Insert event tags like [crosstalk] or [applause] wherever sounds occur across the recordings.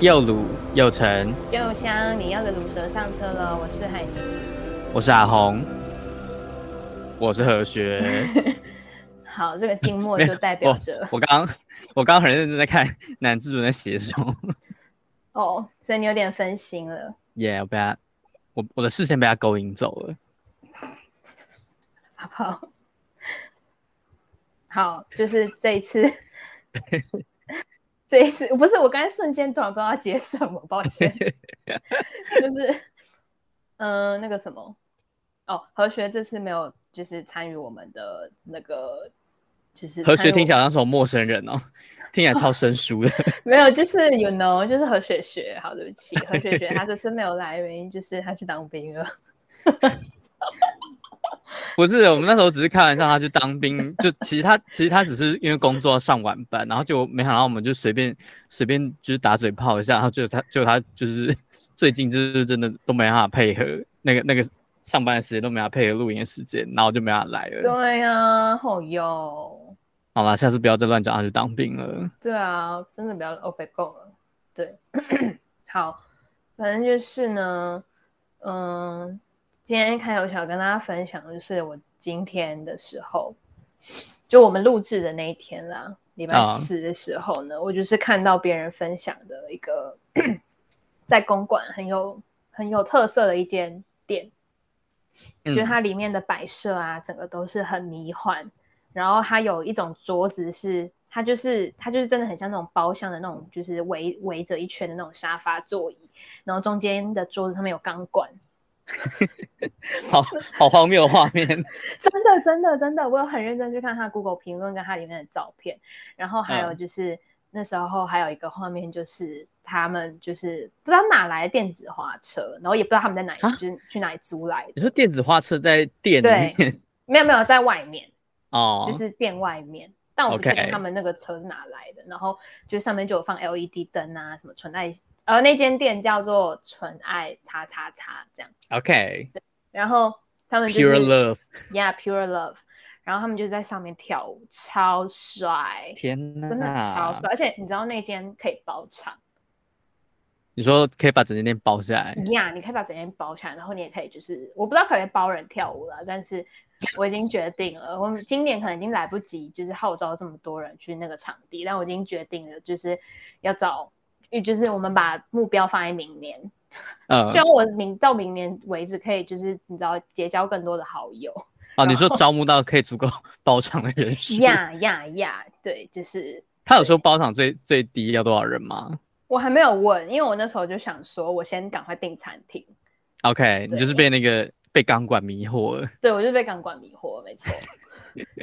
又鲁又成，就像你要的卤蛇上车了，我是海宁。我是阿红，我是何学。 [laughs] 好，这个静默 [laughs] 没有就代表我着我刚我刚很认真在看男制作人在写什么，哦，所以你有点分心了。耶、我被他我我的视线被他勾引走了。好， [laughs] 好，就是这一 [laughs] 次，这一次不是我刚才瞬间突然不知道要接什么，抱 [laughs] 歉，就是嗯、呃那个什么哦，何学这次没有就是参与我们的那个，就是何参与学我听起来好像是我陌生人哦，听起来超生疏的。没有，就是 you know，就是何雪雪，好，对不起，何雪雪她这次没有来，原因就是她去当兵了。不是，我们那时候只是开玩笑，他去当兵，就其实他其实他只是因为工作上晚班，然后就没想到我们就随便随便就是打嘴炮一下，然后就他就他就是 [laughs] 最近就是真的都没办法配合那个那个上班的时间都没办法配合录音的时间，然后就没办法来了。对呀、好哟，好啦，下次不要再乱讲他去当兵了。对啊，真的不要哦，被够了。对， [clears throat] 好，反正就是呢，嗯，今天开头想跟大家分享，就是我今天的时候，就我们录制的那一天啦，礼拜啊四的时候呢，我就是看到别人分享的一个 [clears throat] 在公馆很有很有特色的一间店，就是嗯，它里面的摆设啊，整个都是很迷幻。然后它有一种桌子是，它就是它就是真的很像那种包厢的那种，就是围围着一圈的那种沙发座椅，然后中间的桌子上面有钢管， [laughs] 好好荒谬的画面。 [laughs] 真的真的真的，我有很认真去看它 Google 评论跟它里面的照片，然后还有嗯就是、那时候还有一个画面就是。他们就是不知道哪来的电子花车，然后也不知道他们在哪里，啊就是去哪里租来你的。说电子花车在店里面没有没有，在外面，哦，就是店外面。但我不 OK 知道他们那个车哪来的然后就上面就有放 LED 灯啊，什么纯爱，呃，那间店叫做纯爱叉叉叉这样。 OK 然后他们就是 pure love。 love，yeah，pure love。然后他们就在上面跳舞，超帅，天真的超呐帅。！而且你知道那间可以包场你说可以把整间店包下来？ ，yeah，你可以把整间包起来，然后你也可以就是，我不知道可不可以包人跳舞了，但是我已经决定了，我们今年可能已经来不及，就是号召这么多人去那个场地，但我已经决定了，就是要找，也就是我们把目标放在明年，嗯希，望我明到明年为止可以，就是你知道结交更多的好友，哦，你说招募到可以足够 [laughs] 包场的人数？呀呀呀，对，就是他有说包场最最低要多少人吗我还没有问，因为我那时候就想说，我先赶快订餐厅， ？OK，你对就是被那个被钢管迷惑了。对我就被钢管迷惑，没错，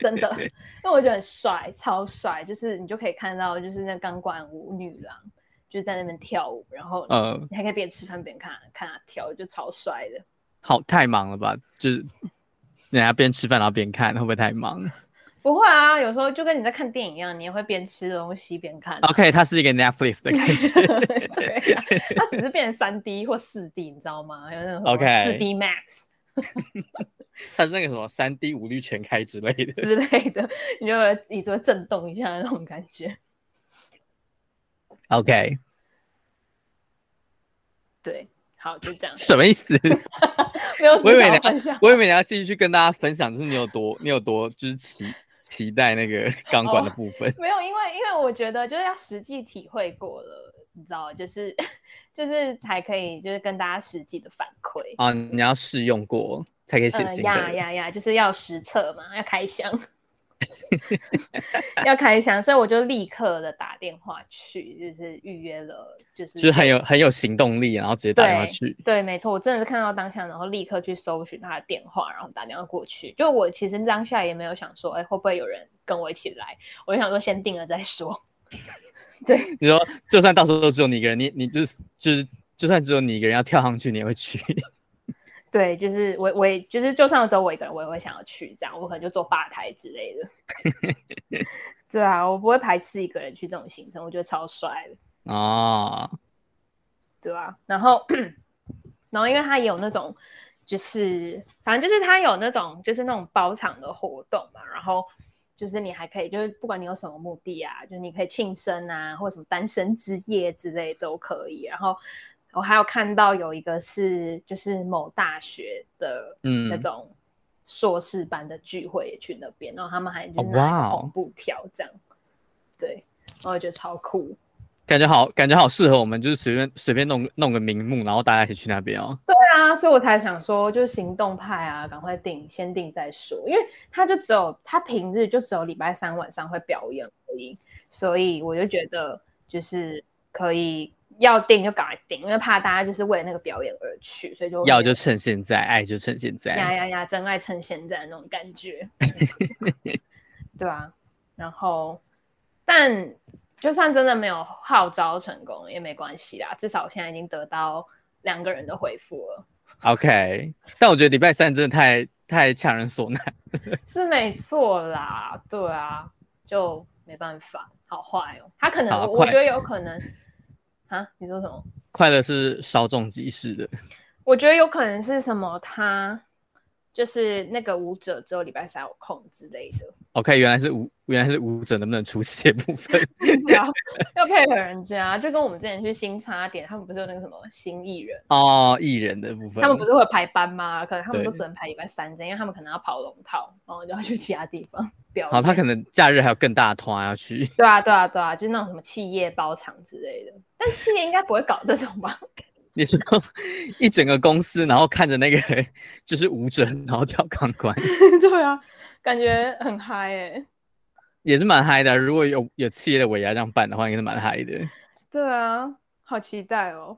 真 [laughs] 的，因为我觉得很帅，超帅，就是你就可以看到，就是那钢管舞女郎就在那边跳舞，然后呃，你还可以边吃饭边看看她跳，就超帅的。好，太忙了吧？就是人家边吃饭然后边看，会不会太忙不会啊，有时候就跟你在看电影一样，你也会边吃东西边看啊。 ？OK，它是一个 Netflix 的感觉。对啊，它只是变成三 D 或四 D，你知道吗？有那种 OK 四 D Max [laughs] [laughs] 它是那个什么三 D 五律全开之类的。之类的，你就会椅子会震动一下那种感觉。 OK，对，好，就这样。什么意思？ [laughs] 没有，只我以为是想你要要分享。我以为你要继续跟大家分享，就是你有多你有多就是期期待那个钢管的部分。没有，因为因为我觉得就是要实际体会过了，你知道，就是 [laughs] 就是才可以就是跟大家实际的反馈。啊，你要试用过才可以写嗯新的。哦呀呀呀，就是要实测嘛，要开箱，要开箱，所以我就立刻的打电话去，就是预约了，就是就是很有很有行动力，然后直接打电话去。对，没错，我真的是看到当下，然后立刻去搜寻他的电话，然后打电话过去。就我其实当下也没有想说，哎，会不会有人跟我一起来？我就想说先定了再说。你说，就算到时候只有你一个人，你你就是就是，就算只有你一个人要跳上去，你也会去。 [laughs] 对，就是我，我也就是，就算只有我一个人，我也会想要去这样，我可能就做吧台之类的。对啊，我不会排斥一个人去这种行程，我觉得超帅的，哦，对啊？然后，然后因为他也有那种，就是反正就是他有那种就是那种包场的活动嘛，然后就是你还可以，就是不管你有什么目的啊，就是你可以庆生啊，或者什么单身之夜之类都可以。然后我还有看到有一个是就是某大学的嗯那种硕士班的聚会也去那边，然后他们还就哦是拿哇一哦个红布条这样，对，然后我觉得超酷。感觉好，感觉好适合我们，就是随便随便弄弄个名目，然后大家一起去那边哦。对啊，所以我才想说，就是行动派啊，赶快定，先定再说，因为他就只有他平日就只有礼拜三晚上会表演而已，所以我就觉得就是可以要定就赶快定，因为怕大家就是为了那个表演而去，所以就 [laughs] 要就趁现在，爱就趁现在。呀呀呀，真爱趁现在那种 [laughs] 感觉，对啊，然后，但就算真的没有号召成功也没关系啦，至少我现在已经得到两个人的回复了。 OK，但 [laughs] 我觉得礼拜三真的太太强人所难。是没错啦，对啊，就没办法，好坏哦。他可能，好我我快觉得有可能啊，你说什么？快乐是稍纵即逝的，我觉得有可能是什么？他就是那个舞者只有礼拜三有空之类的， [laughs] OK，原来是舞，原来是舞者能不能出席的部分。 [laughs] 对啊，要配合人家。就跟我们之前去新茶点，他们不是有那个什么新艺人，哦，艺人的部分，他们不是会排班吗？可能他们都对只能排礼拜三这样，因为他们可能要跑龙套，然后就要去其他地方表好，演。他可能假日还有更大的团要去。对啊，对啊，对啊，就是那种什么企业包场之类的，但企业应该不会搞这种吧？你说一整个公司，然后看着那个就是舞者，然后跳钢管， [laughs] 对啊，感觉很嗨哎、也是蛮嗨的啊。如果有有企业的尾牙这样办的话，应该是蛮嗨的。对啊，好期待哦。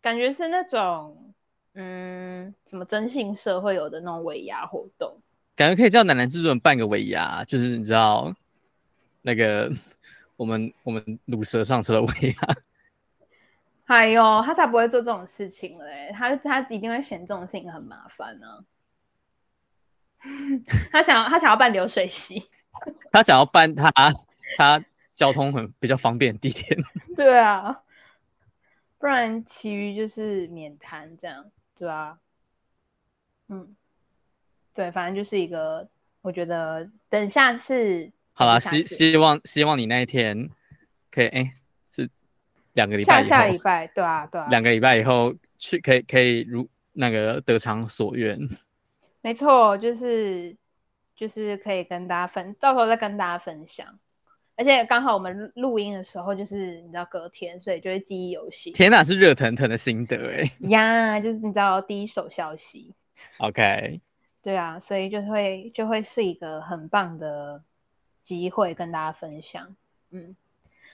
感觉是那种嗯，什么征信社会有的那种尾牙活动。感觉可以叫奶奶制作人办个尾牙，啊就是你知道那个我们我们卤蛇上车的尾牙，哎呦，他才不会做这种事情了哎、他他一定会嫌这种事情很麻烦呢、啊。 [laughs] 他想他想要办流水席，他想要办他他交通很比较方便的地点。 [laughs] 对啊，不然其余就是免谈这样，对啊，嗯，对，反正就是一个，我觉得等下次，好啦，不希是下次希望希望你那一天可以，哎、是两个礼拜下以后，下礼拜，对啊，对啊，两个礼拜以后去可以可以如那个得偿所愿。没错，就是就是可以跟大家分，到时候再跟大家分享。而且刚好我们录录音的时候，就是你知道隔天，所以就会记忆犹新天哪，是热腾腾的心得哎、呀就是你知道第一手消息。 OK，对啊，所以就会就会是一个很棒的机会跟大家分享。嗯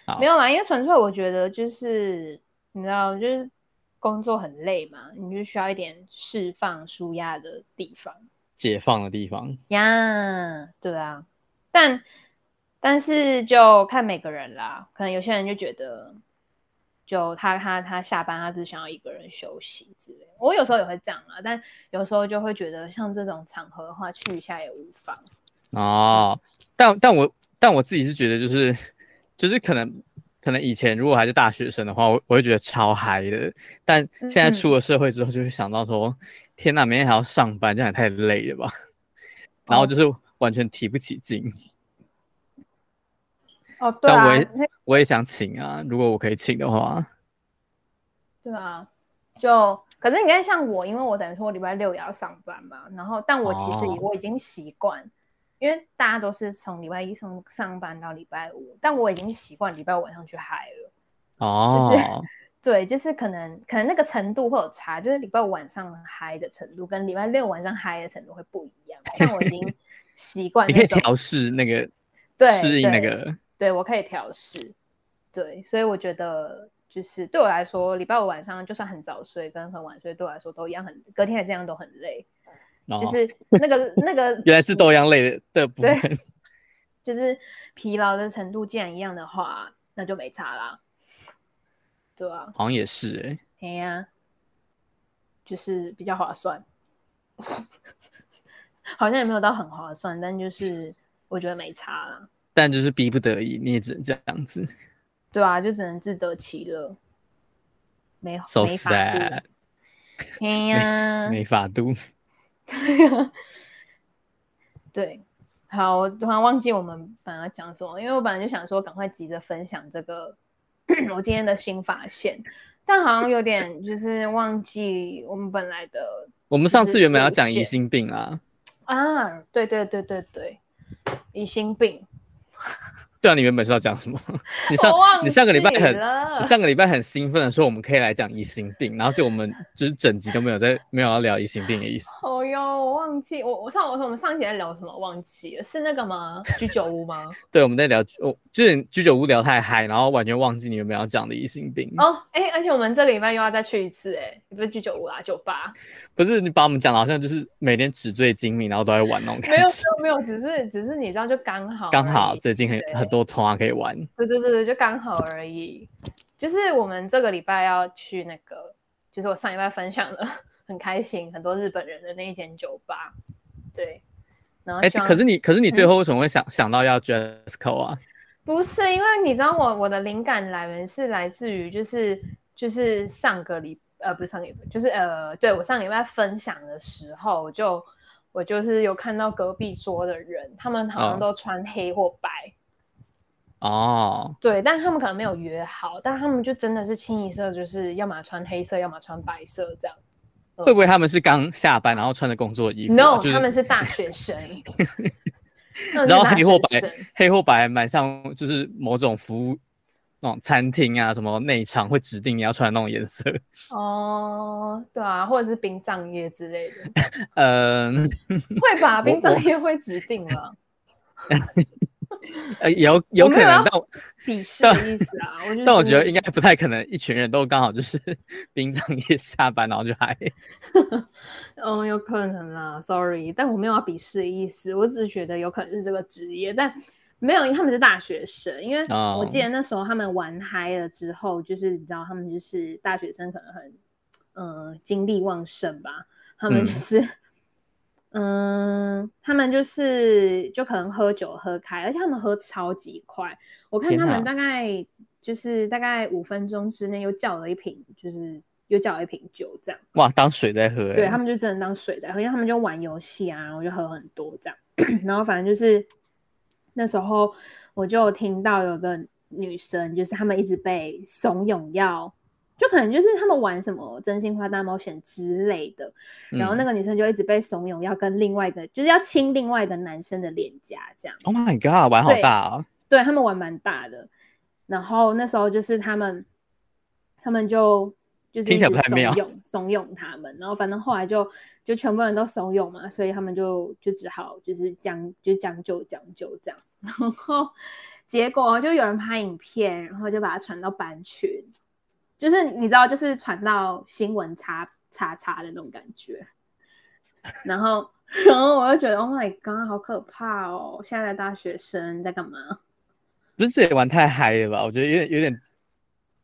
好，没有啦，因为纯粹我觉得就是你知道，就是工作很累嘛，你就需要一点释放、舒压的地方解放的地方，呀。对啊，但但是就看每个人啦，可能有些人就觉得。就他他他下班，他只想要一个人休息之类的。我有时候也会这样啦，但有时候就会觉得像这种场合的话，去一下也无妨。哦，但但我但我自己是觉得就是就是可能可能以前如果还是大学生的话，我我会觉得超嗨的，但现在嗯嗯出了社会之后，就会想到说，天哪，明天还要上班，这样也太累了吧，然后就是完全提不起劲。哦，对但啊我也，那我也想请啊，如果我可以请的话，对啊，就可是你看，像我，因为我等于说我礼拜六也要上班嘛，然后但我其实哦我已经习惯，因为大家都是从礼拜一上上班到礼拜五，但我已经习惯礼拜五晚上去嗨了。哦，对，就是可能可能那个程度会有差，就是礼拜五晚上嗨的程度跟礼拜六晚上嗨的程度会不一样。但我 [laughs] 已经习惯你可那以种，调试那个对适应那对个，对我可以调试。对，所以我觉得就是对我来说，礼拜五晚上就算很早睡跟很晚睡，对我来说都一样很，隔天还这样都很累。然就后是 [laughs] 那个那个，哦原来是都一样累的的部对分。就是疲劳的程度既然一样的话，那就没差啦。对啊，好像也是哎、哎呀、就是比较划算， [laughs] 好像也没有到很划算，但就是我觉得没差啦。但就是逼不得已，你也只能这样子。对啊，就只能自得其乐，没 So 没法度 sad，。哎呀、没法度。 [laughs] 对，好，我突然忘记我们本来要讲什么，因为我本来就想说赶快急着分享这个 [clears throat] 我今天的新发现，但好像有点就是忘记我们本来的我们上次原本要讲就是疑心病啊，啊，对对对对对，疑心病，对啊，你原本是要讲什么？ [laughs] 你上我忘你上个礼拜记很了你上个礼拜很兴奋的说我们可以来讲疑心病，然后就我们就是整集都没有在没有要聊疑心病的意思。哦哟，我忘记我我上我我们上一集在聊什么忘记了，是那个吗？居酒屋 [laughs] 吗？对，我们在聊哦，就是居酒屋聊太嗨，然后完全忘记你原本要讲的疑心病。哦，哎、而且我们这个礼拜又要再去一次、哎，不是居酒屋啦，酒吧。不是你把我们讲的好像就是每天纸醉金迷，然后都在玩那种没感有觉。没有没有，只是只是你知道就刚好刚而好已最近很对很多通话可以玩，对对对对，就刚好而已。就是我们这个礼拜要去那个，就是我上礼拜分享的， [laughs] 很开心，很多日本人的那一间酒吧。对，然后哎、希望、嗯可是你可是你最后为什么会想、想到要 Jesco 啊？不是因为你知道我我的灵感来源是来自于就是就是上个礼呃不是上个礼拜就是呃对我上个礼拜分享的时候我就我就是有看到隔壁桌的人，他们好哦像都穿黑或白，哦，对，但他们可能没有约好，但他们就真的是清一色，就是要么穿黑色，要么穿白色这样。会不会他们是刚下班然后穿着工作衣服啊、嗯 No，、就是他们是大 [laughs] 学生。他们是然后大黑或学生白，黑或白蛮像就是某种服务那种餐厅啊，什么内场会指定你要穿的那种颜色。 [laughs] 哦，对啊，或者是殡葬业之 [laughs] 类的，嗯，会吧？我殡葬我业会指定吗？呃，有有我可没有能要，但我鄙视的意思啊，我就但我是觉得应该不太可能，一群人都刚好就是 [laughs] 殡葬业下班，然后就嗨。嗯，有可能啦，sorry，但我没有要鄙视的意思，我只是觉得有可能是这个职业，但没有，他们是大学生，因为我记哦得那时候他们玩嗨了之后，就是你知道他们就是大学生，可能很嗯、呃精力旺盛吧，他们就嗯是嗯他们就是就可能喝酒喝开，而且他们喝超级快，我看天他们哪大概就是大概五分钟之内又叫了一瓶，就是又叫了一瓶酒这样。哇，当水在喝、欸。对他们就真的当水的，因为他们就玩游戏啊，然后就喝很多这样， [clears throat] 然后反正就是那时候我就有听到有个女生，就是他们一直被怂恿要，就可能就是他们玩什么真心话大冒险之类的，然后那个、个女生就一直被怂恿要跟另外一个，就是要亲另外一个男生的脸颊这样。 o h Oh my God，玩好对大哦。对他们玩蛮大的。然后那时候就是他们，他们就就是听一起来直不太怂妙恿怂恿他们，然后反正后来就就全部人都怂恿嘛，所以他们就就只好就是将就将就将就这样， [laughs] 然后结果就有人拍影片，然后就把它传到班群，就是你知道，就是传到新闻叉叉叉的那种感觉，然后。 [laughs] 然后我就觉得，Oh my god，好可怕哦！现在的大学生在干嘛？不是自己玩太嗨了吧？我觉得有点有点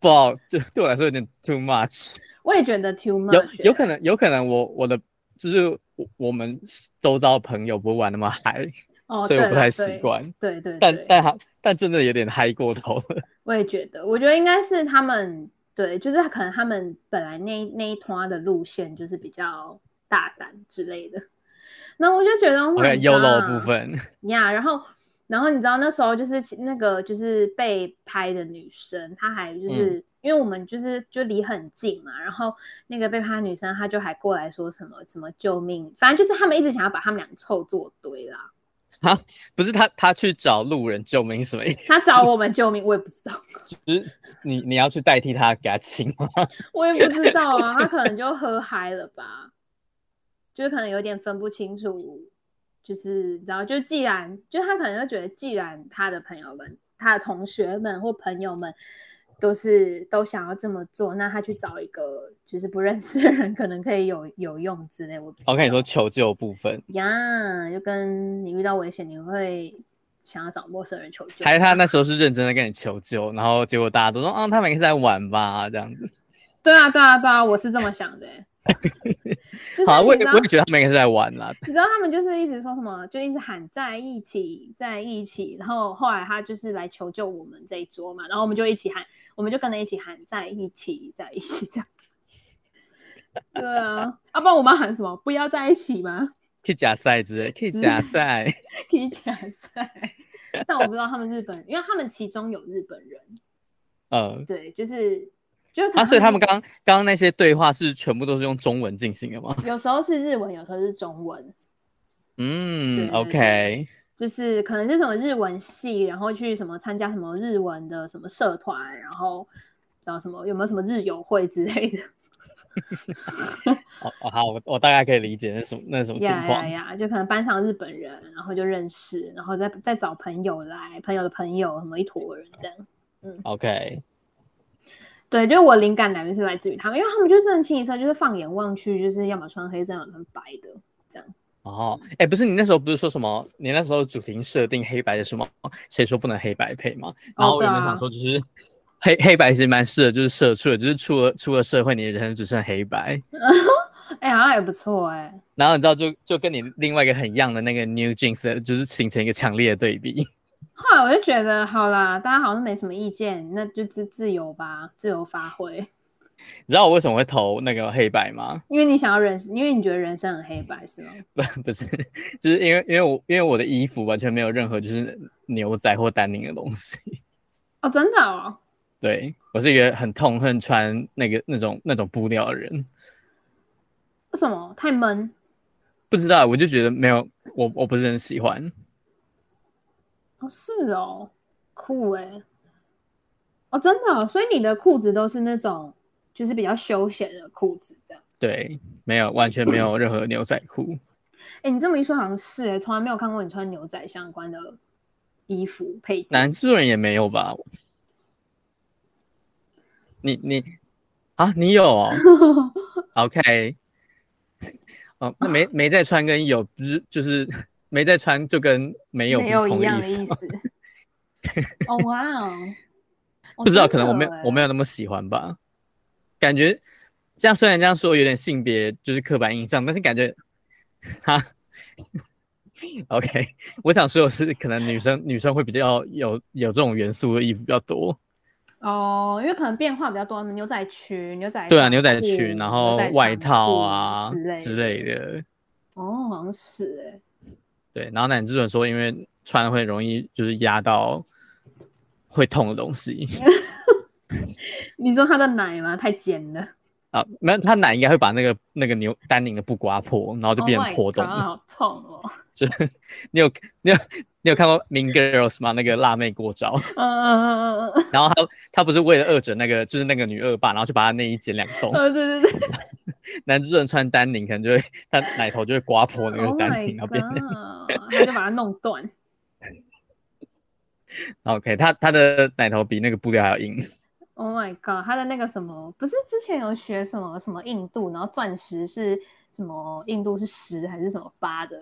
不好，就对我来说有点 too much。我也觉得 too 有 much，有可能有可能我我的就是我我们周遭朋友不会玩那么嗨，哦，所以我对不啦太习。惯。对对对，但对但他但真的有点嗨过头了。我也觉得，我觉得应该是他们对，就是可能他们本来那那一团的路线就是比较大胆之类的。那我就觉得我我看 YOLO 啊的部分， [laughs] 呀然后然后你知道那时候就是其那个就是被拍的女生，她还嗯就是、因为我们就是就离很近嘛，然后那个被拍的女生她就还过来说什么什么救命，反正就是他们一直想要把他们俩凑作堆啦。不是他他去找路人救命是什么意思？ [laughs] 他找我们救命，我也不知道，就是你你要去代替他给他亲吗？ [laughs] [laughs] 我也不知道啊，他可能就喝嗨了吧，就是可能有点分不清楚，就是然后就既然就他可能就觉得，既然他的朋友们、他的同学们或朋友们都是都想要这么做，那他去找一个就是不认识的人，可能可以有有用之类。我不知道我看你说求救部分，呀，就跟你遇到危险，你会想要找陌生人求救，还是他那时候是认真的跟你求救，然后结果大家都说啊，他们应该是在玩吧这样子。对啊，对啊，对啊，我是这么想的 [laughs] 欸。就是好，啊我你也知道我也觉得他们应该是在玩啦。你知道他们就是一直说什么，就一直喊在一起，在一起。然后后来他就是来求救我们这一桌嘛，然后我们就一起喊，我们就跟着一起喊在一起，在一啊起这样。对啊，要、不然我们要喊什么？不要在一起吗？可以假赛之类，可以假赛， [laughs] 踢假赛。但我不知道他们日本人，因为他们其中有日本人，呃，对，就是就 [laughs] 可能啊，所以他们们刚刚刚刚那些对话是全部都是用中文进行的吗？有时候是日文，有时候是中文，对嗯对对，OK，就是可能是什么日文系，然后去什么参加什么日文的什么社团，然后然后什么有没有什么日友会之类的，哦哦好，我我大概可以理解那是什么那是什么情呀况呀呀，就可能班上日本人，然后就认识，然后再再找朋友来，朋友的朋友，什么一坨人这样。 ，OK，对，就是我灵感来源是来自于他们，因为他们就真的清一色，就是放眼望去，就是要么穿黑色，要么穿白的。哦，哎，不是你那时候不是说什么？你那时候主题设定黑白的什么？谁说不能黑白配吗？然后我对原本啊想说就是。黑黑白其实蛮适合，就是社畜的，就是出了出了社会，你的人生只剩黑白。哎、好像也不错哎、然后你知道就，就跟你另外一个很样的那个 New Jeans，的就是形成一个强烈的对比。后来我就觉得，好啦，大家好像没什么意见，那就自自由吧，自由发挥。你知道我为什么会投那个黑白吗？因为你想要人，因为你觉得人生很黑白是吗？不， [laughs] 不是，就是因为因为我因为我的衣服完全没有任何就是牛仔或丹宁的东西。 [laughs] 哦，真的哦，对我是一个很痛恨穿那个那种那种布料的人，为什么太闷？不知道我就觉得没有我我不是很喜欢。哦，是哦，酷哎、哦，真的、哦，所以你的裤子都是那种就是比较休闲的裤子这样。对，没有完全没有任何牛仔裤。哎、你这么一说好像是哎、从来没有看过你穿牛仔相关的衣服配件。男制作人也没有吧？你你啊，你有哦 [laughs] ？OK，哦，那没没在穿跟有不是就是没在穿就跟没有不没是有同一样个的意思意吗。思。哦哇哦，不知道，可能我没有我没有有那么喜欢吧。感觉这样虽然这样说有点性别就是刻板印象，但是感觉 [laughs] 哈 OK，我 [laughs] 想说的是，可能女生女生会比较有有这种元素的衣服比较多。哦，因为可能变化比较多，什么牛仔裙、牛仔对啊，牛短仔哎裤裙，然牛后仔外长套裤啊之类之的。类的。哦，好像是哎、对，然后男主人说，因为穿会容易就是压到会痛的东西你说他的奶吗？太尖了，啊，没有他奶应该会把那个那个牛丹宁的布刮破，然后就变成 Oh my 破洞 God，了。好痛哦。就你有你有你有看过《Mean Girls》吗？那个辣妹过 [laughs] 招，嗯嗯嗯嗯嗯然后她她不是为了恶整那个就是那个女恶霸，然后就把她内衣剪两嗯，洞。呃，对对对男主人穿丹宁，可能就会他奶头就会刮破那，Oh 个丹宁 my 那边。 god，他就把它弄断。 OK，他他的奶头比那个布料还要硬。 Oh my god，他的那个什么，不是之前有学什么什么印度，然后钻石是什么印度是十还是什么八的？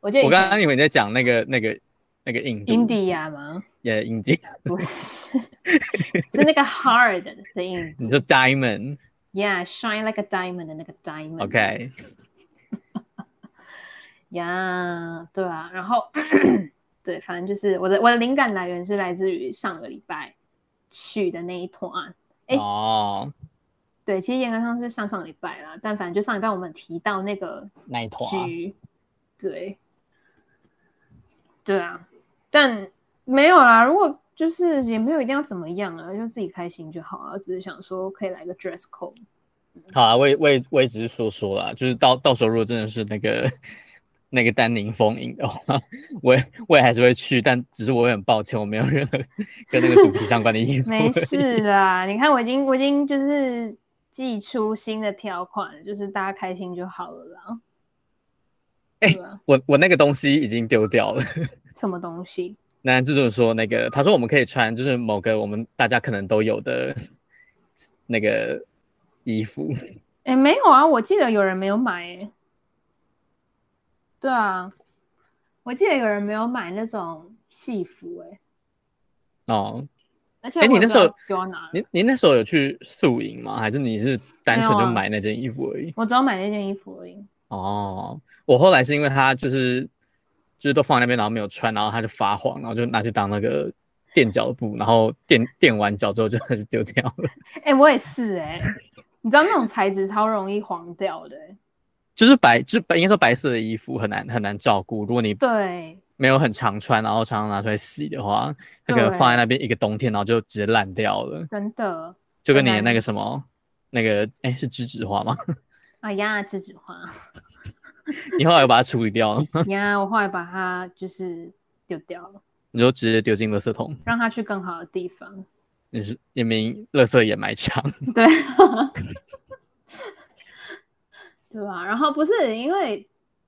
我记得我以刚刚前以为你在讲那个那个那个印度，印第安吗？也印第，不是， [laughs] 是那个 hard 的印你度说 diamond。 ，Yeah，shine like a diamond 的那个 diamond。 OK，呀对啊，然后对，反正就是我的我的灵感来源是来自于上个礼拜去的那一团。诶哦，对，其实严格上是上上礼拜啦，但反正就上礼拜我们提到那个奶头啊，局，对，对啊，但没有啦。如果就是也没有一定要怎么样啊，就自己开心就好啊。只是想说可以来个 dress code，好啊，我也我也我也只是说说啦，就是到到时候如果真的是那个 [laughs] 那个丹宁风影的话，我也我也还是会去，但只是我也很抱歉，我没有任何跟那个主题相关的衣服。没事啦。你看我已经我已经就是寄出新的条款了，就是大家开心就好了啦。哎对啊，我我那个东西已经丢掉了。什么东西？那制作人说那个，他说我们可以穿就是某个我们大家可能都有的那个衣服，哎，没有啊，我记得有人没有买、欸。对啊，我记得有人没有买那种戏服、欸，哦，而且诶我你也那不时候知道丢到哪了你你那时候有去宿营吗？还是你是单纯没就有啊买那件衣服而已？我只有买那件衣服而已。哦，我后来是因为它就是就是都放在那边，然后没有穿，然后它就发黄，然后就拿去当那个垫脚布，然后垫垫完脚之后就 [laughs] 就丢掉了。哎、我也是哎、你知道那种材质超容易黄掉的、欸，就是白，就白应该说白色的衣服很难很难照顾。如果你对没有很常穿，然后常常拿出来洗的话，那个放在那边一个冬天，然后就直接烂掉了，真的。就跟你的很难那个什么那个哎、是栀子花吗？ [laughs] 哎呀，栀子花你后来有把它处理掉了吗， [laughs] 呀，我后来把它就是丢掉了，你就直接丢进垃圾桶，让它去更好的地方。你是也名垃圾掩埋场。对， [laughs] 对吧？然后不是因为，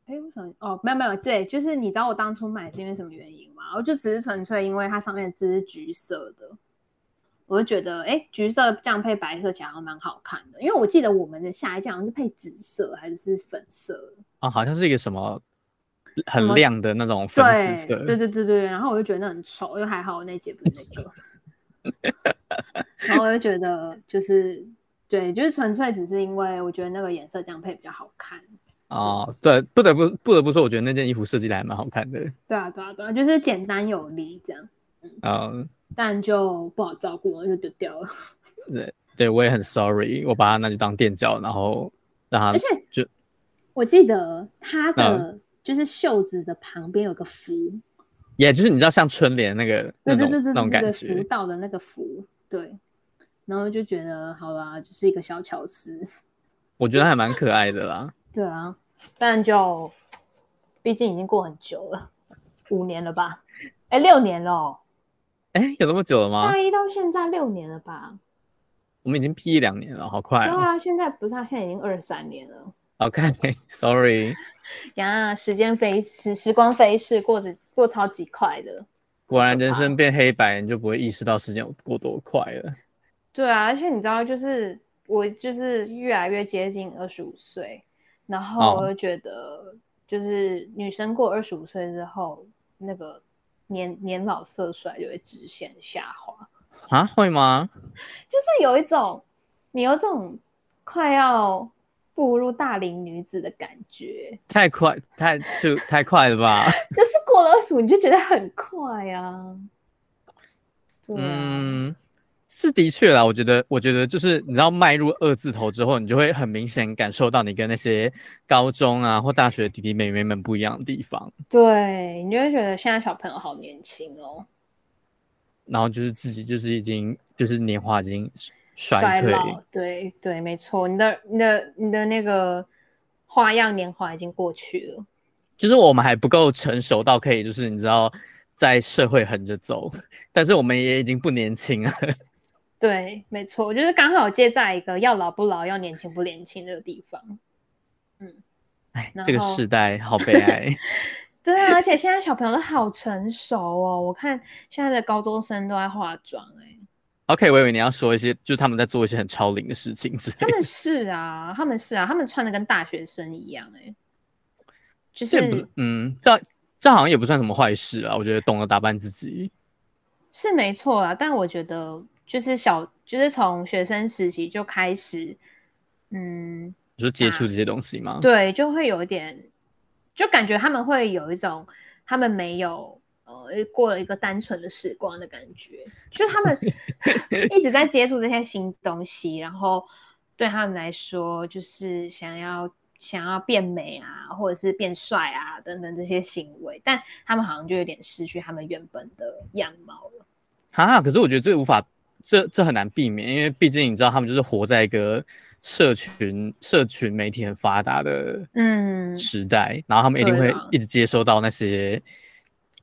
哎，为什么？哦，没有没有，对，就是你知道我当初买是因为什么原因吗？我就只是纯粹因为它上面的字是橘色的，我就觉得，哎，橘色这样配白色其实好像蛮好看的。因为我记得我们的下一件好像是配紫色还是粉色的，啊，好像是一个什么么很亮的那种粉紫色，对对对对对，然后我就觉得那很丑，因为还好我那一节不是那个， [laughs] 然后我就觉得就是对，就是纯粹只是因为我觉得那个颜色这样配比较好看。哦，对，不得不不得不说，我觉得那件衣服设计的还蛮好看的，对啊，对啊，对啊，就是简单有力这样，嗯，但就不好照顾，我就丢掉啊了。对我也很 sorry，我把它拿去当垫脚，然后让它而且就嗯我记得它的就是袖子的旁边有个福，也就是你知道像春联那个对那对种对对那种对感对，福觉，到的那个福，对。然后就觉得好啦，就是一个小巧思，我觉得还蛮可爱的啦。对啊，但就毕竟已经过很久了，五年了吧？哎，六年了哦，哎，有那么久了吗大？一到现在六年了吧？我们已经毕业两年了，好快对哦。啊，现在不是啊，现在已经二三年了。好看 [laughs] ，sorry，呀，时间飞时时光飞逝，过着过超级快的。果然可人怕生变黑白，你就不会意识到时间有过多快了。对啊，而且你知道，就是我就是越来越接近二十五岁，然后哦我就觉得，就是女生过二十五岁之后，那个年年老色衰就会直线下滑，啊，会吗？就是有一种你有种快要步入大龄女子的感觉，太快，太就太快了吧？就是过了二十五你就觉得很快啊。对啊嗯，是的确啦，我觉得，我觉得就是你知道迈入二字头之后，你就会很明显感受到你跟那些高中啊或大学的弟弟妹妹们不一样的地方，对你就会觉得现在小朋友好年轻哦，然后就是自己就是已经就是年华已经衰衰退，老，对对，没错，你的你的你的那个花样年华已经过去了，就是我们还不够成熟到可以就是你知道在社会横着走，但是我们也已经不年轻了。对，没错，我觉得刚好借在一个要老不老，要年轻不年轻这个地方。哎然，这个后世代好悲哀。对啊，而且现在小朋友都好成熟哦，我看现在的高中生都在化妆、哎， OK，我以为你要说一些就是他们在做一些很超龄的事情之他类的，们是啊，他们是啊，他们穿的跟大学生一样、哎，就这也不是嗯，这这好像也不算什么坏事啊。我觉得懂得打扮自己，是没错啦，但我觉得就是小，就是从学生时期就开始，嗯，你说接触这些东西吗？，对，就会有一点，就感觉他们会有一种他们没有呃过了一个单纯的时光的感觉，就是他 [laughs] 们一直在接触这些新东西，然后对他们来说，就是想要想要变美啊，或者是变帅啊等等这些行为，但他们好像就有点失去他们原本的样貌了。啊，可是我觉得这个无法，这这很难避免，因为毕竟你知道，他们就是活在一个社群社群媒体很发达的嗯时代，然后他们一定对会啦一直接收到那些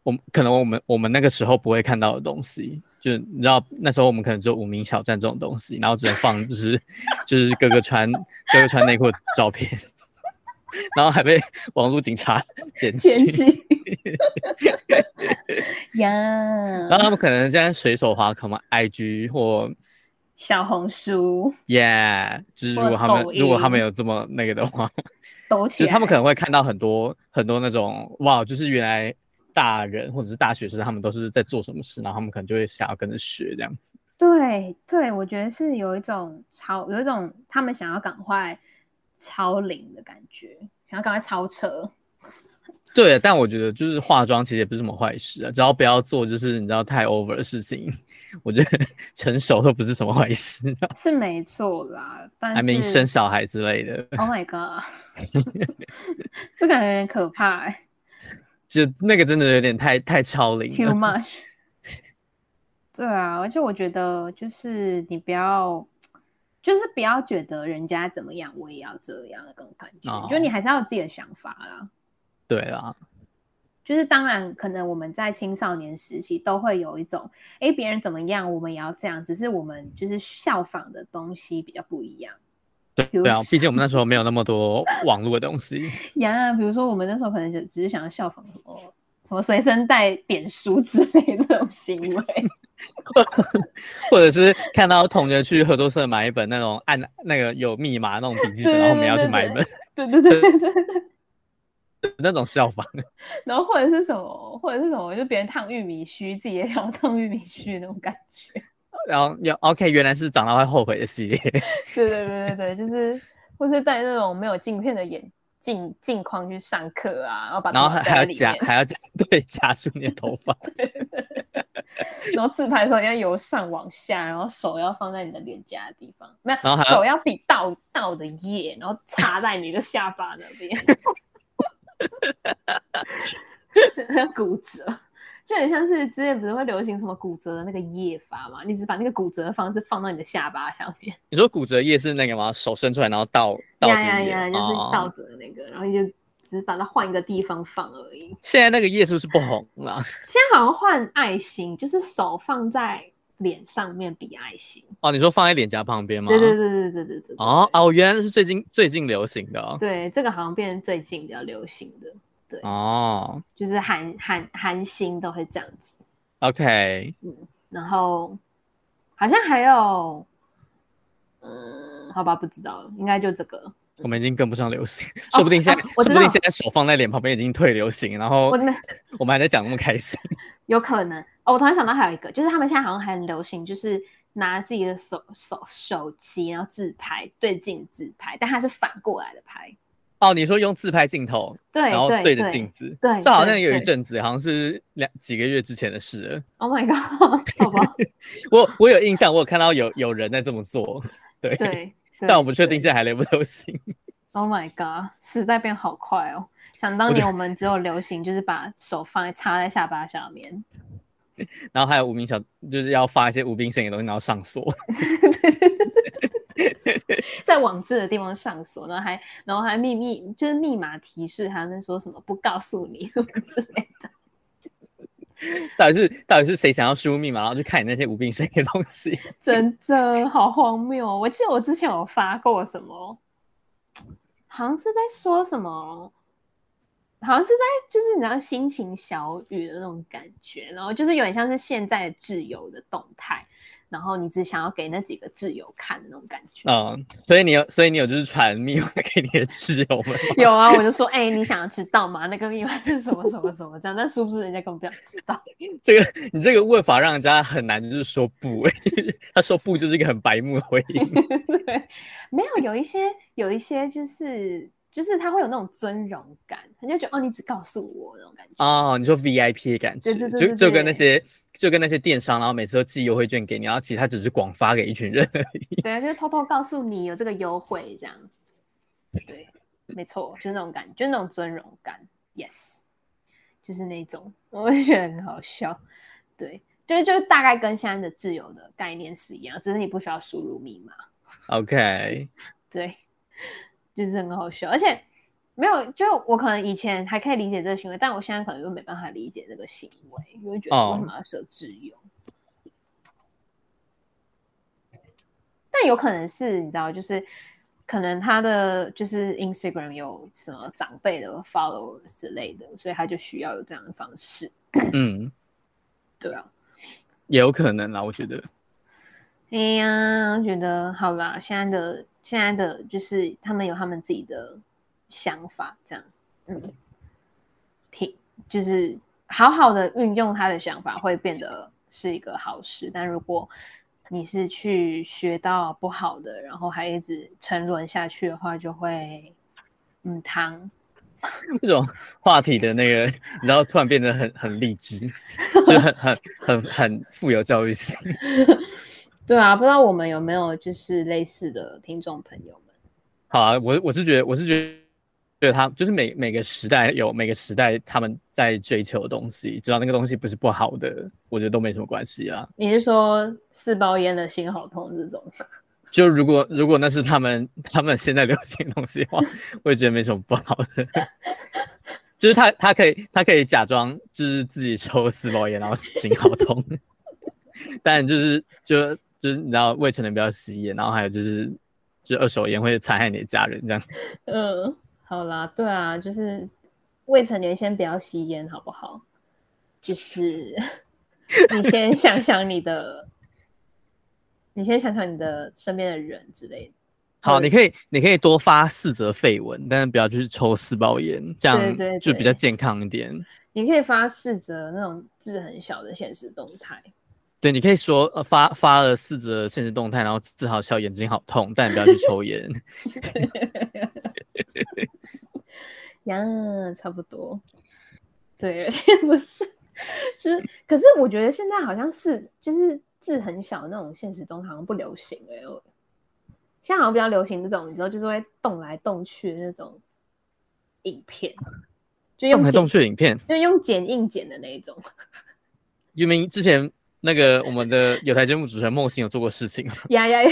我们可能我们我们那个时候不会看到的东西。就你知道那时候我们可能只有无名小站这种东西，然后只能放就是就是哥哥穿哥哥穿内裤的照片，然后还被网络警 [laughs] 察检 [laughs] 前举。期 [laughs] 呀然，后他们可能现在随手滑可能 IG 或小红书 Yeah，就是如或果他们抖如果他们音有这么那个的话，抖就起是来，他们可能会看到很多很多那种哇，就是原来大人或者是大学生他们都是在做什么事，然后他们可能就会想要跟着学这样子。对对，我觉得是有一种超，有一种他们想要赶快超龄的感觉，想要赶快超车。对，但我觉得就是化妆其实也不是什么坏事啊，只要不要做就是你知道太 over 的事情， [laughs] 我觉得成熟都不是什么坏事。是没错啦，但还没是生小孩之类的， ，Oh my god，这感觉有点可怕、欸、就那个真的有点太太超龄，too 了。 much。对啊，而且我觉得就是你不要，就是不要觉得人家怎么样，我也要这样的那种感觉哦就你还是要有自己的想法啦。对啊啦，就是当然，可能我们在青少年时期都会有一种，哎，别人怎么样，我们也要这样，只是我们就是效仿的东西比较不一样对比如对啊说，毕竟我们那时候没有那么多网络的东西。 [laughs] 呀。比如说，我们那时候可能就只是想要效仿什么什么随身带扁书之类这种行为，或者是看到同学去合作社买一本那种按那个有密码那种笔记本，对然后我们要去对买一本对对对对对。那种效仿。 [laughs] 然后或者是什么，或者是什么，就别人烫玉米须，自己也想要烫玉米须那种感觉。然后要 OK，原来是长大会后悔的系列。 [laughs] 对对对对对，就是或是戴那种没有镜片的眼镜镜框去上课啊，然后把然后头发还还塞在要里夹面，还要夹对夹住你的头 [laughs] 发，然后自拍的时候要由上往下，然后手要放在你的脸颊的地方，没然有后还要手要比倒倒的耶，然后插在你的下巴那边， [laughs] 要骨折。就很像是之前不是会流行什么骨折的那个耶法嘛？你只把那个骨折的方式放到你的下巴下面，你说骨折叶是那个吗？手伸出来然后倒倒进呀去哦呀呀，就是倒着的那个，然后你就只是把它换一个地方放而已。现在那个叶是不是不红了、 [laughs] 现在好像换爱心，就是手放在脸上面比爱心。哦，你说放在脸颊旁边吗？对对对对对对对。哦哦，原来是最近最近流行的哦。对，这个好像变成最近比较流行的，哦就是韩韩韩星都会这样子。 ，OK，然后好像还有，嗯，好吧，不知道了，应该就这个了。我们已经跟不上流行，说不定现在、哦我知说不道定现在手放在脸旁边已经退流行，然后我没我们还在讲那么开心。有可能哦。我突然想到还有一个，就是他们现在好像还很流行，就是拿自己的手手手机，然后自拍对镜自拍，但它是反过来的拍，哦，你说用自拍镜头，对然后对着镜子，对这好像对有一对阵子，好像是两几个月之前的事了。 Oh my god，好 [laughs] 吧，我我有印象，我有看到有有人在这么做， [laughs] 对，对，对但我不确定。现在还流不流行。对 Oh my god，时代变好快哦。想当我觉年得我们只有流行就是把手放在插在下巴下面，然后还有无名小，就是要发一些无病呻吟的东西，然后上锁。在网志的地方上锁，然后还然后还秘密就是密码提示他们说什么不告诉你 [laughs] 什么之类的。到底是到底是谁想要输入密码，然后去看你那些无病呻吟的东西？真的好荒谬、哦！我记得我之前有发过什么，好像是在说什么，好像是在就是你知道心情小雨的那种感觉，然后就是有点像是现在的挚友的动态，然后你只想要给那几个挚友看的那种感觉。嗯，所以你有，所以你有就是传密码给你的挚友们吗。 [laughs] 有啊，我就说，哎、你想知道吗？那个密码是什么什么什么这样？但是不是人家根本不想知道？这个你这个问法让人家很难，就是说不、 [laughs] 欸，就是他说不就是一个很白目的回应。对，没有有一些有一些就是就是他会有那种尊荣感，他就觉得哦，你只告诉我那种感觉。哦，你说 VIP 的感觉，对对对就对就跟那对些就跟那些电商，然后每次都寄优惠券给你，然后其实他只是广发给一群人而 [laughs] 已。对啊，就是偷偷告诉你有这个优惠这样。对，没错，就是那种感觉，就是那种尊荣感。Yes，就是那种，我也觉得很好笑。对，就是就是大概跟现在的自由的概念是一样，只是你不需要输入密码。 OK，对，就是很好笑，而且没有，就我可能以前还可以理解这个行为，但我现在可能就没办法理解这个行为，因为觉得哦为什么要设自由？但有可能是你知道，就是可能他的就是 Instagram 有什么长辈的 followers 之类的，所以他就需要有这样的方式，嗯，对啊。也有可能啦，我觉得。哎呀，我觉得好啦，现在的现在的就是他们有他们自己的想法，这样，嗯，挺就是好好的运用他的想法会变得是一个好事，但如果你是去学到不好的，然后还一直沉沦下去的话，就会嗯汤，这种话题的那个，然后突然变得很很励志，就很很很很富有教育性。对啊，不知道我们有没有就是类似的听众朋友们？好啊，我我是觉得，我是觉得，对他就是每每个时代有每个时代他们在追求的东西，只要那个东西不是不好的，我觉得都没什么关系啊。你是说四包烟的心好痛这种？就如果如果那是他们 [laughs] 他们现在流行的东西的话，我也觉得没什么不好的。 [laughs] 就是他他可以他可以假装就是自己抽四包烟，然后心好痛。 [laughs] 但就是就就是你知道未成年不要吸烟，然后还有就是就是二手烟会残害你的家人这样。嗯，好啦，对啊，就是未成年先不要吸烟，好不好？就是 [laughs] 你先想想你的，你先想想你的身边的人之类的。好，嗯你可以你可以多发四则绯闻，但是不要去抽四包烟，这样对对就比对较健康一点。你可以发四则那种字很小的现实动态，对，你可以说呃发发了四则现实动态，然后自豪笑眼睛好痛，但不要去抽烟。呀，差不多。对， [laughs] 不是，就是，可是我觉得现在好像是就是字很小的那种现实中好像不流行哎、我现在好像比较流行这种，你知道，就是会动来动去的那种影片，就动用来剪动去的影片就用剪映剪的那一种，明明之前那个我们的有台节目主持人梦欣有做过事情， [laughs] 呀呀呀，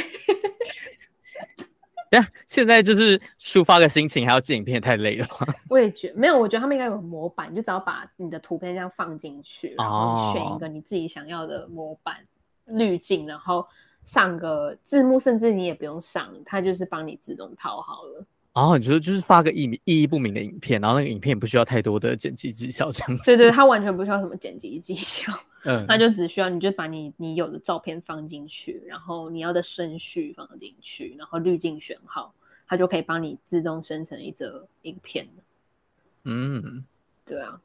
但现在就是抒发个心情还要剪影片太累了 [laughs] 吧。我也觉没有，我觉得他们应该有个模板，你就只要把你的图片这样放进去，然后选一个你自己想要的模板滤镜，然后上个字幕，甚至你也不用上，它就是帮你自动套好了。然后你说就是发个意义意义不明的影片，然后那个影片也不需要太多的剪辑技巧这样子。对对，它完全不需要什么剪辑技巧，嗯，它就只需要你就把你你有的照片放进去，然后你要的顺序放进去，然后滤镜选好，它就可以帮你自动生成一则影片了。嗯，对啊，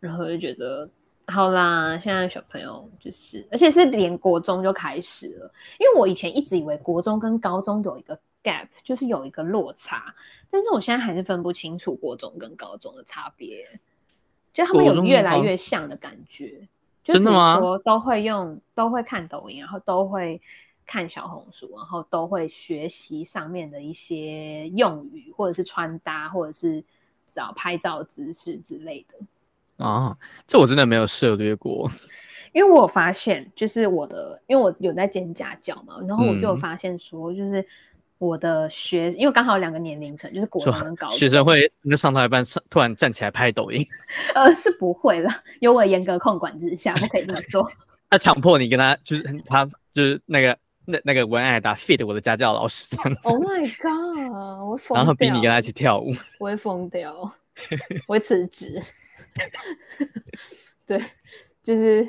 然后我就觉得好啦，现在小朋友就是，而且是连国中就开始了，因为我以前一直以为国中跟高中有一个 gap，就是有一个落差，但是我现在还是分不清楚国中跟高中的差别，就他们国有中越跟来高越像的感觉。就真的比如吗说都会用，都会看抖音，然后都会看小红书，然后都会学习上面的一些用语，或者是穿搭，或者是找拍照姿势之类的。啊，这我真的没有涉略过。因为我有发现，就是我的，因为我有在兼家教嘛，然后我就有嗯发现说，就是我的学，因为刚好两个年龄层，就是国中跟高说中，学生会那上到一半上突然站起来拍抖音，呃是不会的，有我严格控管之下，不可以这么 [laughs] 做。他强迫你跟他就是他就是那个那那个文案打 fit 我的家教老师这样子， Oh my god！我会疯掉，然后逼你跟他一起跳舞。我会疯掉，我会辞职。 [laughs] 对，就是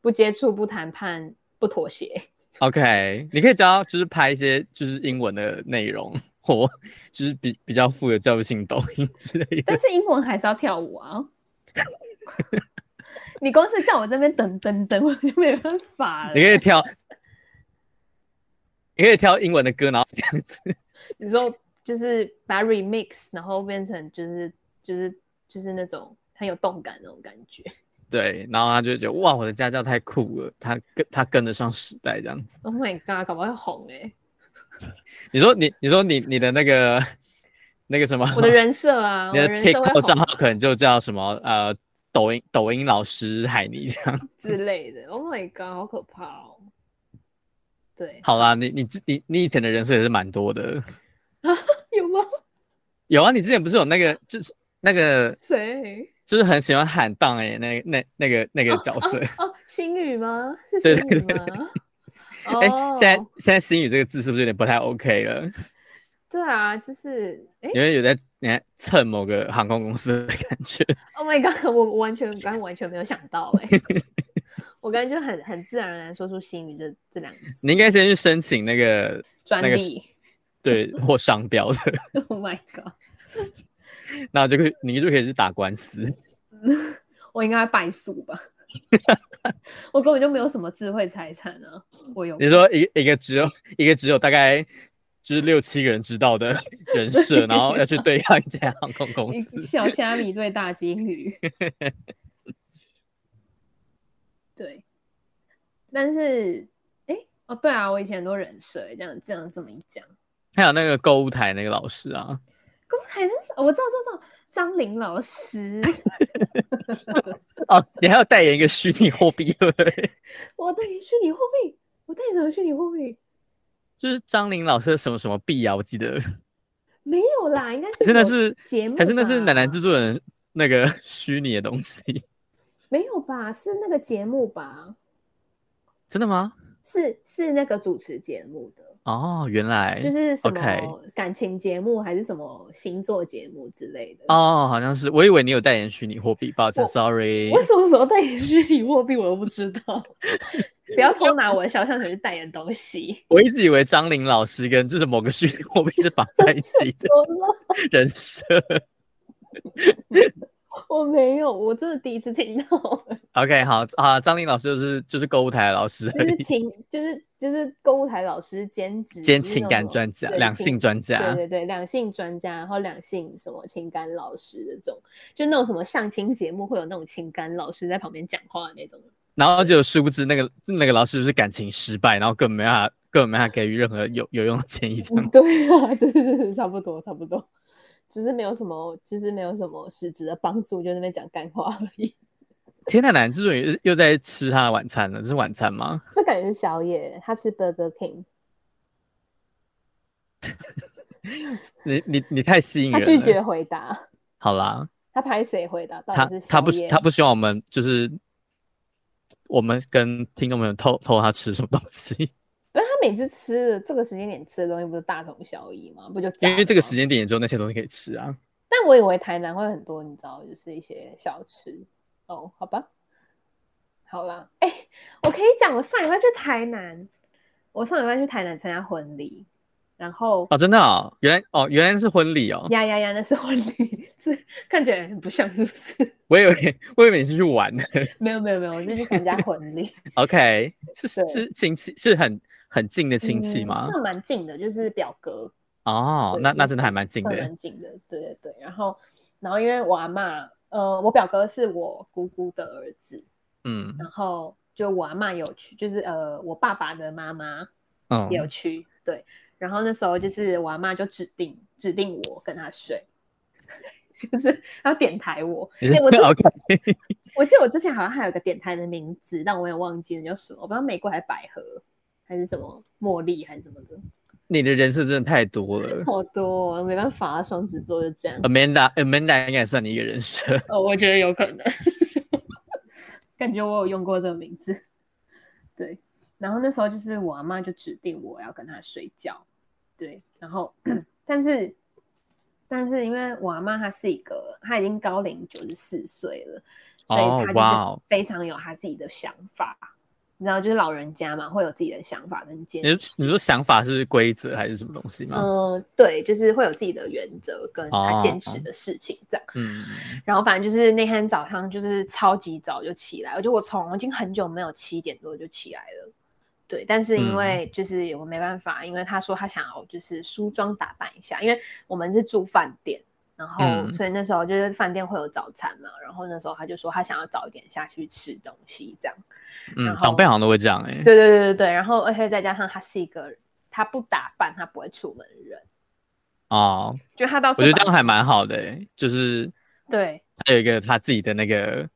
不接触、不谈判、不妥协。 OK，你可以教就是拍一些就是英文的内容或就是比比较富有教育性抖音之类的。但是英文还是要跳舞啊。 [laughs] 你光是叫我这边等等等，我就没办法了。你可以挑，你可以挑英文的歌，然后这样子。你说就是把它 remix，然后变成就是就是就是那种很有动感那种感觉。对，然后他就觉得哇，我的家教太酷了，他跟他跟得上时代这样子。 Oh my god，搞不好会红哎、你说你你说你你的那个那个什么，我的人设啊，我你的的人设会 TikTok 账红号可能就叫什么呃抖音抖音老师海尼这样。之类的。Oh my god，好可怕哦。对，好啦，你你自你你以前的人设也是蛮多的，有吗？有啊，你之前不是有那个就是那个 [laughs] 谁？就是很喜欢喊荡哎、那那那个那个角色。哦哦，星宇吗？是星对对宇对吗？哦 [laughs] 哎、现在现在“星宇”这个字是不是有点不太 OK [laughs] 了？对啊，就是哎因为有在你在蹭某个航空公司的感觉。 [laughs] ，Oh my god，我我完全刚刚完全没有想到哎、我刚才就很很自然而然说出星宇这这两个字你应该先去申请那个专那个利。 [laughs] 对或商标的， [laughs] Oh my god！那就可以你就可以去打官司。我应该败诉吧？ [laughs] 我根本就没有什么智慧财产啊！我有你说一一个只有一个只有大概就是六七个人知道的 [laughs] 人设，然后要去对抗一家航空公 [laughs] 司。小虾米对大金 [laughs] 鱼。对，但是，哎、哦，对啊，我以前很多人设，这样这样这么一讲，还有那个购物台那个老师啊，公海那是哦我知道，知道，知道，张琳老师，哦，你还要代言一个虚拟货币，对不对？我代言虚拟货币，我代言什么虚拟货币？就是张琳老师的什么什么币啊，我记得，没有啦，应该是还是那有是节目吧，还是那是奶奶制作人那个 [laughs] 虚拟的东西，没有吧？是那个节目吧？真的吗？是是那个主持节目的。哦，原来就是什 OK 么感情节目还是什么星座节目之类的。哦，好像是，我以为你有代言虚拟货币，抱歉我，sorry。我什么时候代言虚拟货币，我都不知道。不要偷拿我的肖像权去代言东西。 [laughs] 我一直以为张琳老师跟就是某个虚拟货币是绑在一起 [laughs] 的人设。我没有，我真的第一次听到， OK，好啊，张琳老师就是就是购物台的老师就而是已，情，就是就是购物台老师兼职兼就是情那感种专家、对两情性专家对。对对，两性专家，然后两性什么情感老师这种，就那种什么相亲节目会有那种情感老师在旁边讲话的那种。然后就殊不知那个那个老师就是感情失败，然后根本没办法根本没办法给予任何有有用的建议，这样嗯对啊， [laughs] 对对对，差不多差不多，只是没有什么，就是没有什么实质的帮助，就在那边讲干话而已。 [laughs] 天呐，男之所以又在吃他的晚餐了，这是晚餐吗？这感觉是宵夜，他吃 Burger King，你你你太吸引他人了。拒绝回答，好啦，他拍谁回答？到他底是他宵不希夜他不希望我们就是我们跟听众朋友透透露他吃什么东西，不是他每次吃的这个时间点吃的东西不是大同小异吗？不就因为这个时间？间点也只有那些东西可以吃啊。但我以为台南会很多，你知道，就是一些小吃哦，好吧，好啦，哎、我可以讲，我上礼拜去台南，我上礼拜去台南参加婚礼，然后哦，真的哦，原来哦原来是婚礼哦， [laughs] 呀呀呀，那是婚礼，是看起来很不像，是不是？ [laughs] 我以为我以为你是去玩的。没有没有没有，我是去参加婚礼， OK，是对是亲戚，是很很近的 [laughs] 亲戚嗯吗？算蛮近的，就是表哥，哦，对那就那是真的还蛮近算的。蛮近的，对对对。然后然后因为我阿嬷，呃，我表哥是我姑姑的儿子，嗯然后就我阿嬷有去，就是呃我爸爸的妈妈嗯也有去，对。然后那时候就是我阿嬷就指定指定我跟他睡， [laughs] 就是要点台我，哎、 [laughs] 我之前 OK，我记得我之前好像还有一个点台的名字，但我也忘记了叫什么，我不知道玫瑰还是百合，还是什么茉莉还是什么的，你的人设真的太多了。好多、哦，没办法啊，双子座就这样。 Amanda Amanda 应该也算你一个人设。 [laughs] 哦，我觉得有可能，感觉我有用过这个名字。 [laughs] 对，然后那时候就是我阿妈就指定我要跟她睡觉，对，然后但是但是因为我阿妈她是一个，她已经高龄九十四岁了，所哦以她哇就哦是非常有她自己的想法。你知道，就是老人家嘛，会有自己的想法跟坚你持。是你说想法是规则还是什么东西吗？嗯，对，就是会有自己的原则跟她坚哦持的事情这样。嗯，然后反正就是那天早上就是超级早就起来，我觉得我从我已经很久没有七点多就起来了，对，但是嗯因为就是我没办法，因为他说他想要就是梳妆打扮一下，因为我们是住饭店，然后嗯所以那时候就是饭店会有早餐嘛，然后那时候他就说他想要早一点下去吃东西这样，然嗯，后长辈好像都会这样哎、欸。对对对对对，然后而且再加上他是一个他不打扮他不会出门的人，哦，就他到我觉得这早样还蛮好的、欸，就是对他有一个他自己的那个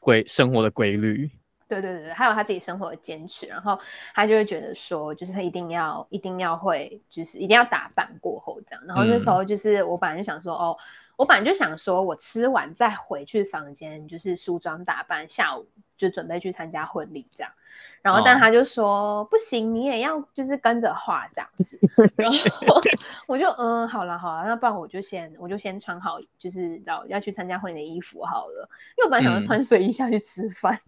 规生活的规律。对对对对，还有他自己生活的坚持，然后他就会觉得说，就是他一定要一定要会，就是一定要打扮过后这样。然后那嗯时候就是我本来就想说，哦，我本来就想说我吃完再回去房间，就是梳妆打扮，下午就准备去参加婚礼这样。然后但哦他就说、不行，你也要就是跟着画这样 [laughs] 子。然后我就嗯，好了好了，那不然我就先我就先穿好，就是你知道要去参加婚礼的衣服好了，因为我本来想要嗯穿睡衣下去吃饭。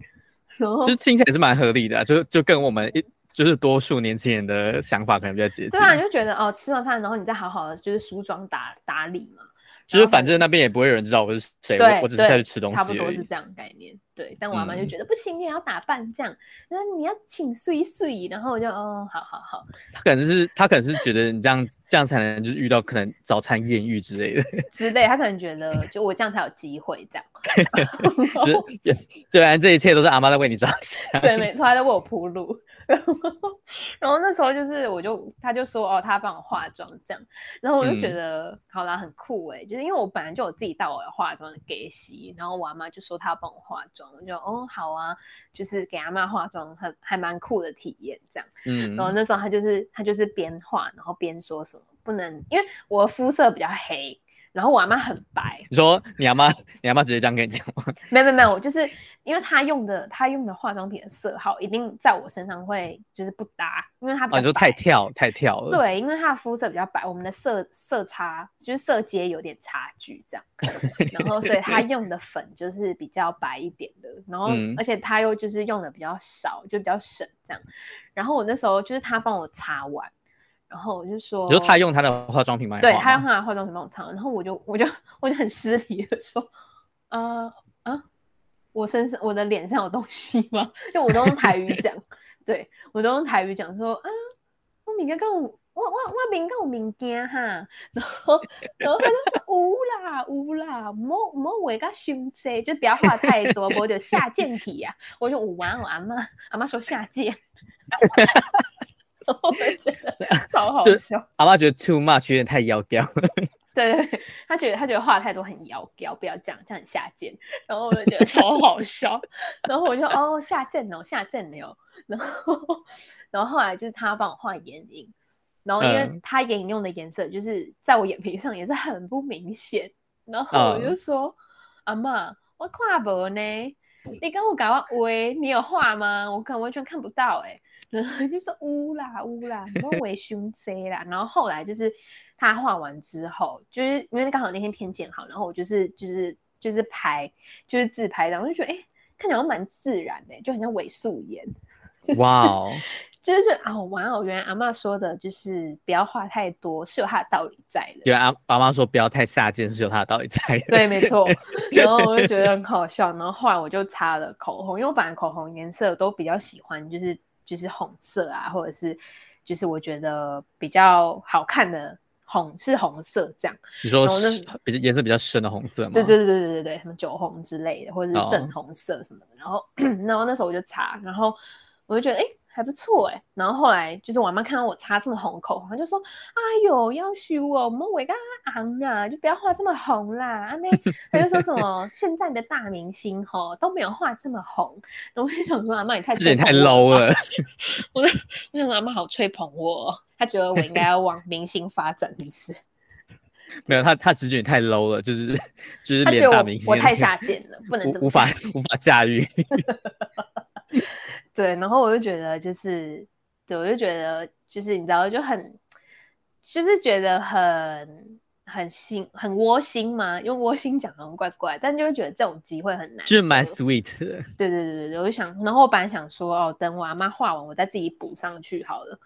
然后就是听起来也是蛮合理的、啊，就就跟我们一就是多数年轻人啊的想法可能比较接近。对啊，你就觉得哦，吃完饭然后你再好好的就是梳妆打打理嘛。就是反正那边也不会有人知道我是谁，对我我只是对下去吃东差不西多而是已。这样的概念。对，但我阿妈就嗯觉得、不行，你也要打扮这样，然后你要请睡睡，然后我就哦，好好好，他可能是他可能是觉得你这样这样才能就是遇到可能早餐艳遇之类的，之类，他可能 [laughs] 觉得就我这样才有机会这样。哦就是也虽然这一切都是阿妈在为你着想。 [laughs] 对，没错，他在为我铺路。 [laughs] 然后，然后那时候就是，我就他就说哦，他帮我化妆这样，然后我就觉嗯得、好啦，很酷哎、就是因为我本来就有自己带我的化妆的给洗，然后我阿妈就说她要帮我化妆，我就哦好啊，就是给阿妈化妆很还蛮酷的体验这样。嗯然后哦那时候他就是他就是边画然后边说什么不能，因为我的肤色比较黑，然后我阿妈很白，你说你阿妈，你阿妈直接这样跟你讲吗？没有没有没有，我就是因为他用的他用的化妆品的色号一定在我身上会就是不搭，因为他比哦，较你说白太跳太跳了。对，因为他的肤色比较白，我们的色色差就是色阶有点差距这样，然后所以他用的粉就是比较白一点的，然后、嗯而且他又就是用的比较少，就比较省这样。然后我那时候就是他帮我擦完，然后我就说，你说她用她的化妆品吗？哦对他用他的化妆品帮我擦，然后我就我就我就很失礼的说，呃啊，我身上我的脸上有东西吗？ [laughs] 就我都用台语讲，对我都用台语讲说啊，我明天跟我。我我我明跟我明天哈， [laughs] 然后然后他就说无啦无啦，莫莫为个胸塞，就不要话太多，我就下贱体呀、啊。 [laughs] 我就有啊我阿妈阿妈说下贱， [laughs] 然后我就觉得超好对笑。阿妈觉得 too much 有点太妖娇。对对对，他觉得他觉得话太多很妖娇，不要这样，这样很下贱。然后我就觉得超好笑，然后我就哦下贱哦下贱了哦，然后然后后来就是他帮我画眼影，然后因为嗯他眼影用的颜色就是在我眼皮上也是很不明显，然后我就嗯说、阿妈我看不呢，你跟我搞我喂，你有画吗？我可能完全看不到哎、然后 [laughs] 就说乌啦乌啦，你莫为胸贼啦。然后后来就是他画完之后，就是因为刚好那天天气很好，然后我就是就是就是拍就是自拍，然后就觉得哎、诶看起来蛮自然的、就很像伪素颜。 [laughs] 就是哇哦，就是哦，哇哦，原来阿嬷说的就是不要话太多，是有她的道理在的。原来阿阿妈说不要太下贱是有她的道理在的。对，没错。然后我就觉得很好笑，然后后来我就擦了口红，因为我本来口红颜色都比较喜欢，就是就是红色啊，或者是就是我觉得比较好看的红是红色这样。你说然哦后那是比较颜色比较深的红色吗？对对对对对对，什么酒红之类的，或者哦是正红色什么的。然后然后那时候我就擦，然后我就觉得哎、诶还不错哎、然后后来就是我妈看到我擦这么红口红，她就说：“哎呦，要修哦，莫为个昂啦，就不要画这么红啦。”啊那她就说什么现在的大明星吼都没有画这么红。然后我就想说阿妈你太这点吹捧太我 low 了。我就我想说阿妈好吹捧我、哦，她觉得我应该要往明星发展，是不是？没有，她她直觉你太 low 了，就是就是她觉连得大我明星我都太下贱了，不能这无么无法下贱无法驾驭。 [laughs] 对，然后我就觉得就是，对，我就觉得就是你知道，就很，就是觉得很很心很窝心嘛，用窝心讲好像怪怪，但就会觉得这种机会很难就是蛮得 sweet 的，对对对对，我就想，然后我本来想说，哦，等我阿妈画完，我再自己补上去好了。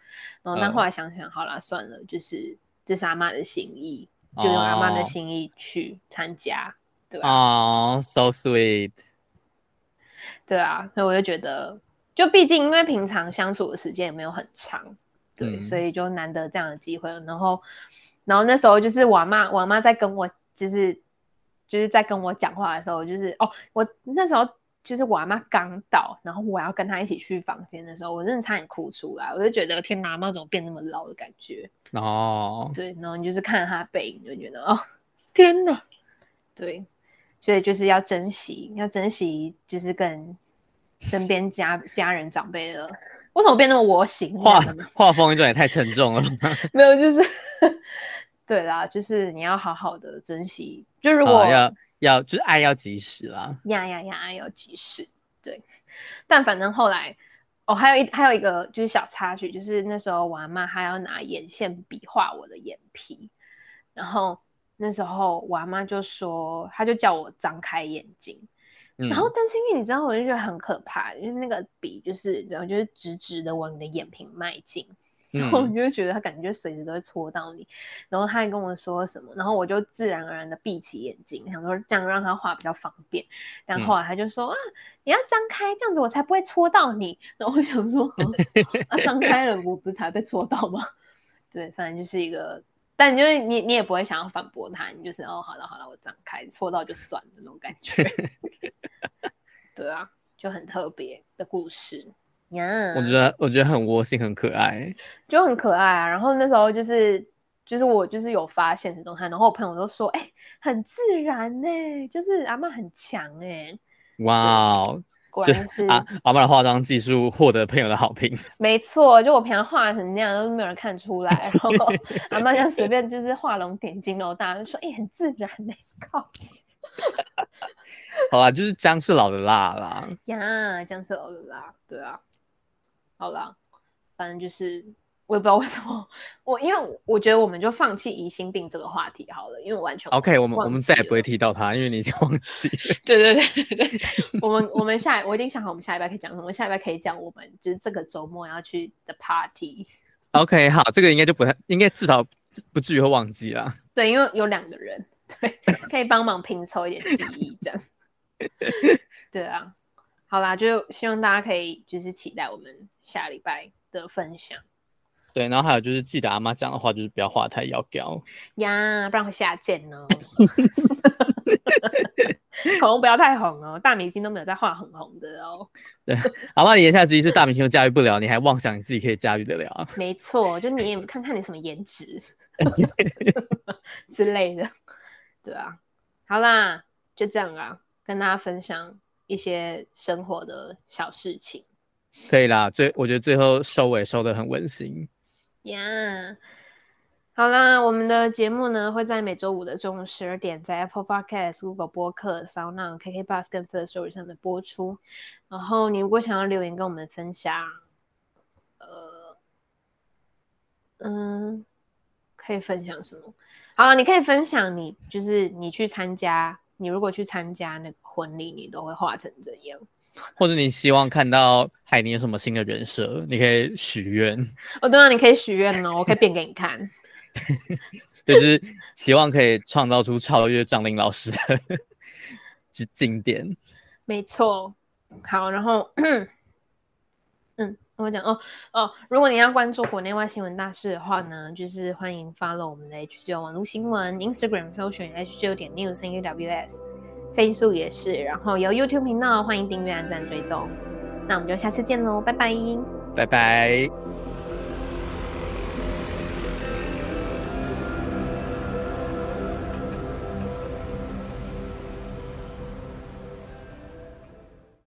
然后但嗯后来想想，好啦，算了，就是这是阿妈的心意，就用阿妈的哦心意去参加。对啊哦、s o sweet，对啊，所以我就觉得，就毕竟因为平常相处的时间也没有很长，对，嗯所以就难得这样的机会。然后，然后那时候就是我妈，我妈在跟我就是就是在跟我讲话的时候，就是哦，我那时候就是我阿妈刚到，然后我要跟她一起去房间的时候，我真的差点哭出来，我就觉得天哪，阿妈怎么变那么老的感觉？哦，对，然后你就是看她的背影，就觉得哦，天哪，对，所以就是要珍惜，要珍惜，就是跟身边家家人长辈的。为什么变那么窝心？画这样吗画风有点太沉重了。没有，就是 [laughs] 对啦，就是你要好好的珍惜。就如果、好要要就是爱要及时啦。呀呀呀，要及时。对，但反正后来，哦，还有一还有一个就是小插曲，就是那时候我阿妈她要拿眼线笔画我的眼皮，然后那时候我阿妈就说，她就叫我张开眼睛，嗯，然后但是因为你知道，我就觉得很可怕，因为那个笔就是然后就是直直的往你的眼皮迈进，嗯然 [laughs] 后我就觉得他感觉随时都会戳到你，然后他还跟我说什么，然后我就自然而然的闭起眼睛，想说这样让他画比较方便。但嗯后来他就说、啊，你要张开，这样子我才不会戳到你。然后我想 [laughs] 说，啊啊，张开了我不是才被戳到吗？ [laughs] 对，反正就是一个，但就是你你也不会想要反驳他，你就是哦，好了好了，我张开，戳到就算了那种感 [laughs] 觉。 [laughs] 对啊，就很特别的故事呀。我觉得我觉得很窝心，很可爱。就很可爱啊。然后那时候就是就是我就是有发现实动态，然后我朋友都说，哎、很自然呢、就是阿嬷很强哎、哇哦，果就啊然是、阿阿妈的化妆技术获得朋友的好评，没错，就我平常画成那样都没有人看 [laughs] 出来，然后阿嬷这样随便就是画龙点睛，然后大家就说，哎、很自然呢、靠好啦，就是姜是老的辣啦。呀，这样是欧啦，对啊，好啦，反正就是我也不知道为什么，我因为我觉得我们就放弃疑心病这个话题好了，因为我完全 OK，我们忘我们记再也不了会提到他，因为你已经忘记了。对对对对对，我们我们下我已经想好我们下礼拜可以讲什么，下礼拜可以讲我们就是这个周末要去的 party。 OK，好，这个应该就不太，应该至少不至于会忘记啦。对，因为有两个人，对，可以帮忙拼凑一点记忆，这样。对啊，好啦，就希望大家可以就是期待我们下礼拜的分享对，然后还有就是记得阿妈讲的话，就是不要话太妖娇。呀，不然会下贱哦。 [laughs] 口红不要太红哦，大明星都没有在画很红的哦。阿妈的言下之意是大明星都驾驭不了，你还妄想你自己可以驾驭得了啊？ [laughs] 没错，就你也看看你什么颜值。 [laughs] 之类的，对啊，好啦，就这样啊，跟大家分享一些生活的小事情可以啦，最我觉得最后收尾收的很温馨。呀。好啦，我们的节目呢会在每周五的中午十二点，在 Apple Podcast、Google 播客、Sound On、KK Bus 跟 First Story 上面播出。然后你如果想要留言跟我们分享，呃，嗯，可以分享什么？好了，你可以分享你就是你去参加，你如果去参加那个婚礼，你都会画成怎样？或者你希望看到海尼有什么新的人设，你可以许愿。哦，对啊，你可以许愿哦，我可以变给你看。对就是希望可以创造出超越张琳老师的 [laughs] 就经典。没错，好，然后， [clears throat] 嗯，我讲哦哦，如果你要关注国内外新闻大事的话呢，就是欢迎 follow 我们的 HGO 网络新闻，Instagram 搜寻 HGO 点 news n u w s Facebook 也是，然后有 YouTube 频道，欢迎订阅、按赞、追踪。那我们就下次见喽，拜拜。拜拜。